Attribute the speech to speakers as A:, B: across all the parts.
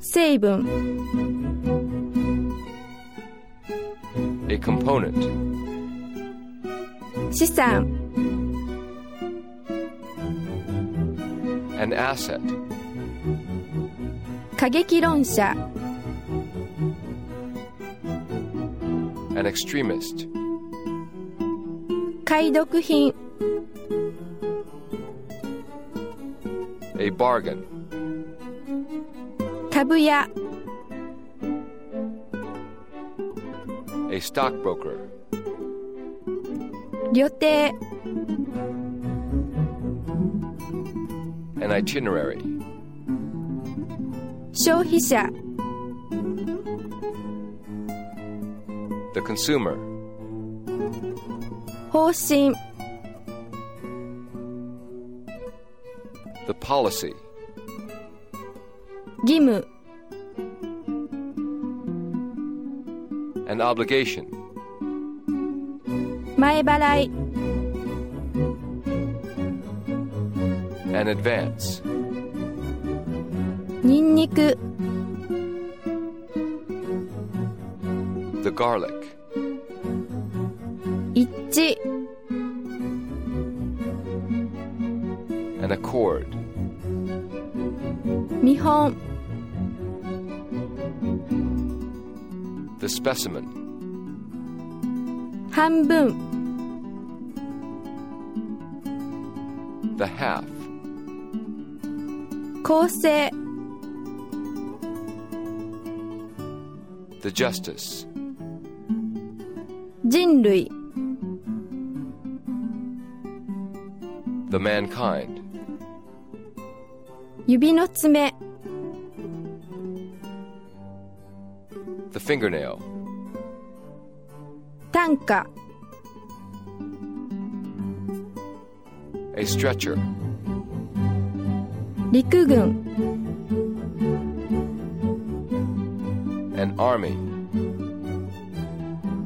A: 成分
B: a component,
A: 資産
B: an asset,
A: 過激論者
B: an extremist,
A: 解読品
B: a bargain,
A: 株や
B: a stockbroker,
A: 旅程
B: an itinerary,
A: 消費者
B: the consumer,
A: 方針
B: the policy,
A: 義務
B: an obligation,
A: 前払い
B: an advance,
A: ニンニク
B: the garlic,
A: 一致
B: an accord,
A: 見本
B: the specimen,
A: 半分
B: the half,
A: 構成
B: the justice,
A: 人類
B: the mankind,
A: 指の爪
B: the fingernail,
A: 単価
B: a stretcher,
A: 陸軍
B: an army,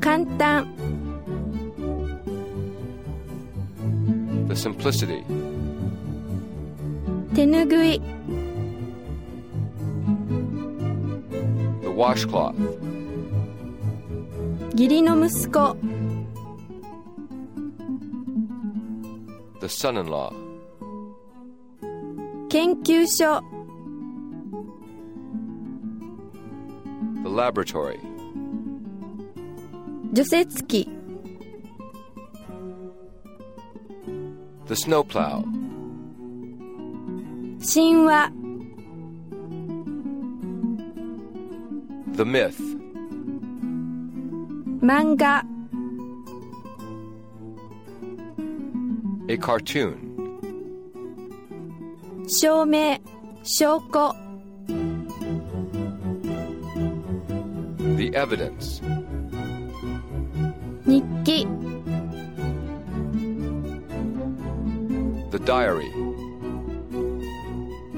A: 簡単
B: the simplicity,
A: 手ぬぐい
B: the washcloth,
A: 義理の息子
B: the son in law,
A: 研究所
B: the laboratory,
A: 除雪機
B: the snowplow,
A: 神話
B: the myth,
A: 漫画
B: a cartoon,
A: 証明証拠
B: the evidence,
A: 日記
B: the diary,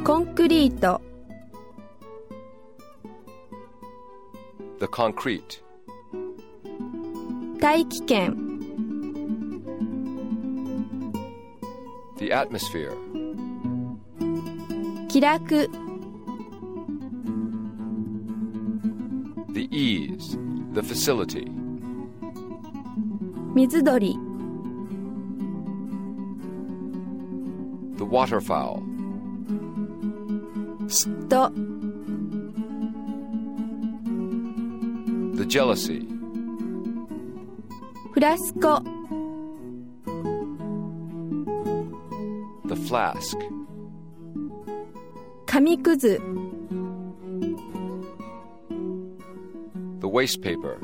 A: コンクリート
B: the concrete,
A: 大気圏
B: the atmosphere,
A: 気楽
B: the ease, the facility,
A: 水鳥
B: the waterfowl,
A: 嫉妬
B: the jealousy,
A: フラスコ
B: the flask,
A: 紙くず
B: the waste paper,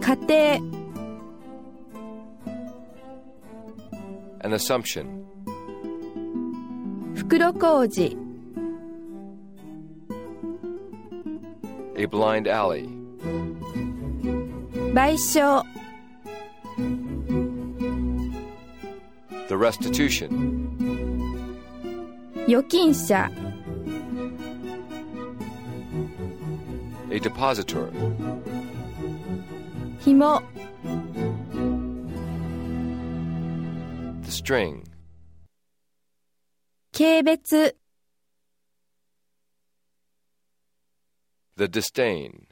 A: 家庭
B: an assumption,
A: 袋小路
B: a blind alley,
A: 賠償
B: the restitution,
A: 預金者
B: a depositor,
A: 紐
B: the string,
A: 軽蔑
B: the disdain,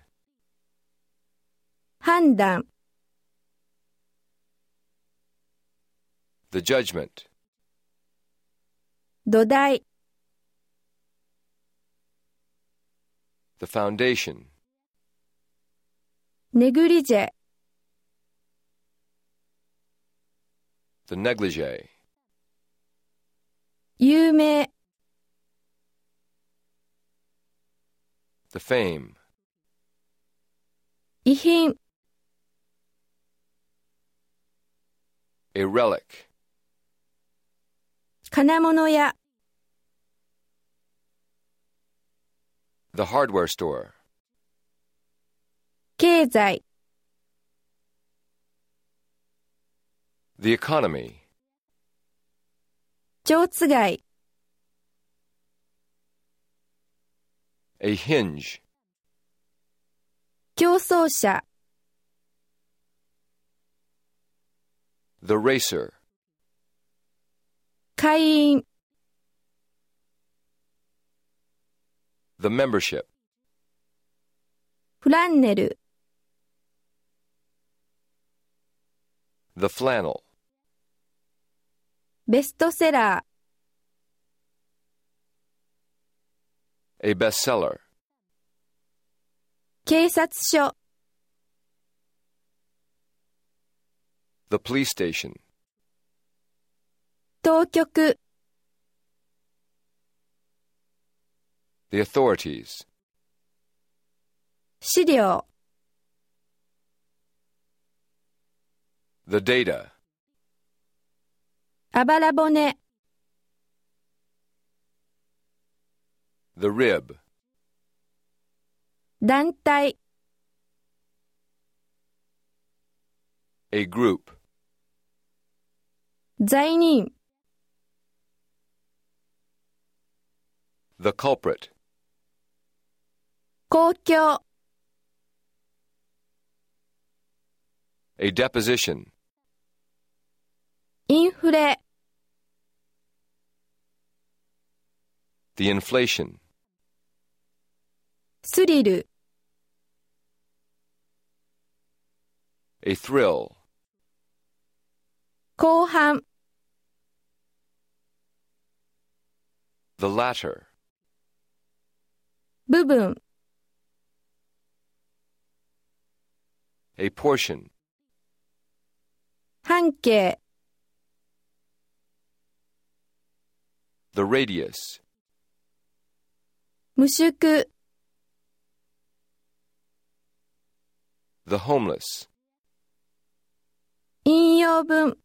A: 判断、
B: the judgment,
A: 土台、
B: the foundation,
A: ネグリジェ、
B: the negligee,
A: 有名、
B: the fame,
A: 遺品、
B: a relic,
A: 金物屋、
B: the hardware store,
A: 経済、
B: the economy,
A: 蝶つがい、
B: a hinge,
A: 競争者、
B: the racer,
A: 会員、
B: the membership,
A: フランネル、
B: the flannel,
A: ベストセラー、
B: a bestseller,
A: 警察署、
B: the police station,
A: 当局、
B: the authorities,
A: 資料、
B: the data,
A: あばら骨、
B: the rib,
A: 団体、
B: a group,
A: 罪人、
B: the culprit,
A: 公共、
B: a deposition,
A: インフレ、
B: the inflation,
A: スリル、
B: a thrill,
A: 後半、
B: the latter,
A: 部分、
B: a portion,
A: 半径、
B: the radius,
A: 無宿、
B: the homeless,
A: 引用文、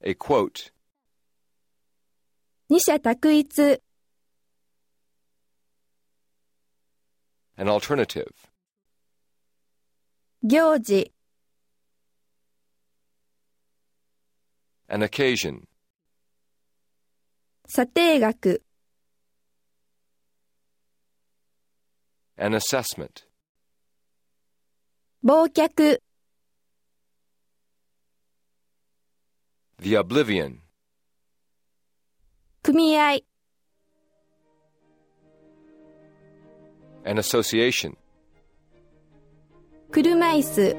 B: a quote,
A: 二者択一、
B: an alternative,
A: 行事、
B: an occasion,
A: 査定額、
B: an assessment,
A: 忘却、
B: the oblivion,
A: 組合、
B: an association,
A: 車椅子、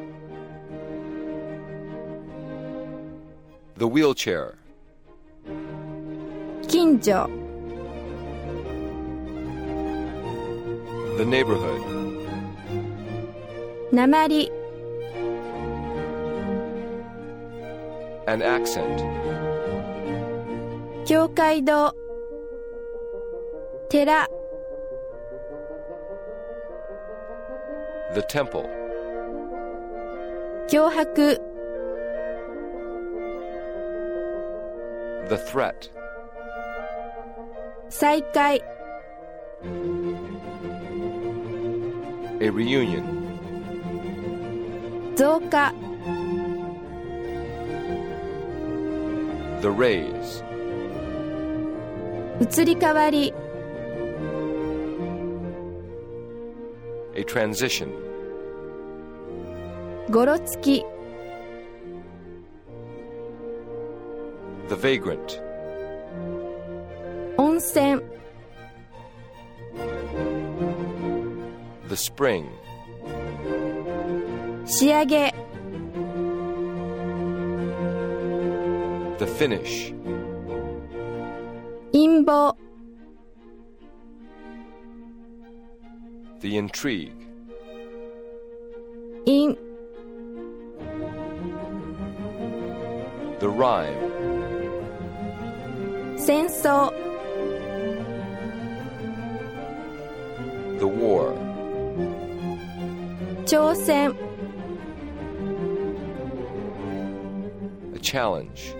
B: the wheelchair,
A: 近所、
B: the neighborhood,
A: 鉛、
B: an accent,
A: 教会堂、寺、
B: the temple,
A: 脅迫、
B: the threat,
A: 再会、
B: a reunion,
A: 増加、
B: the raise,
A: 移り変わり、
B: a transition,
A: ごろつき、
B: the vagrant,
A: 温泉、
B: the spring,
A: 仕上げ
B: the finish,
A: 陰謀
B: the intrigue,
A: 陰
B: the rhyme,
A: 戦争
B: the war,
A: 挑戦
B: a challenge,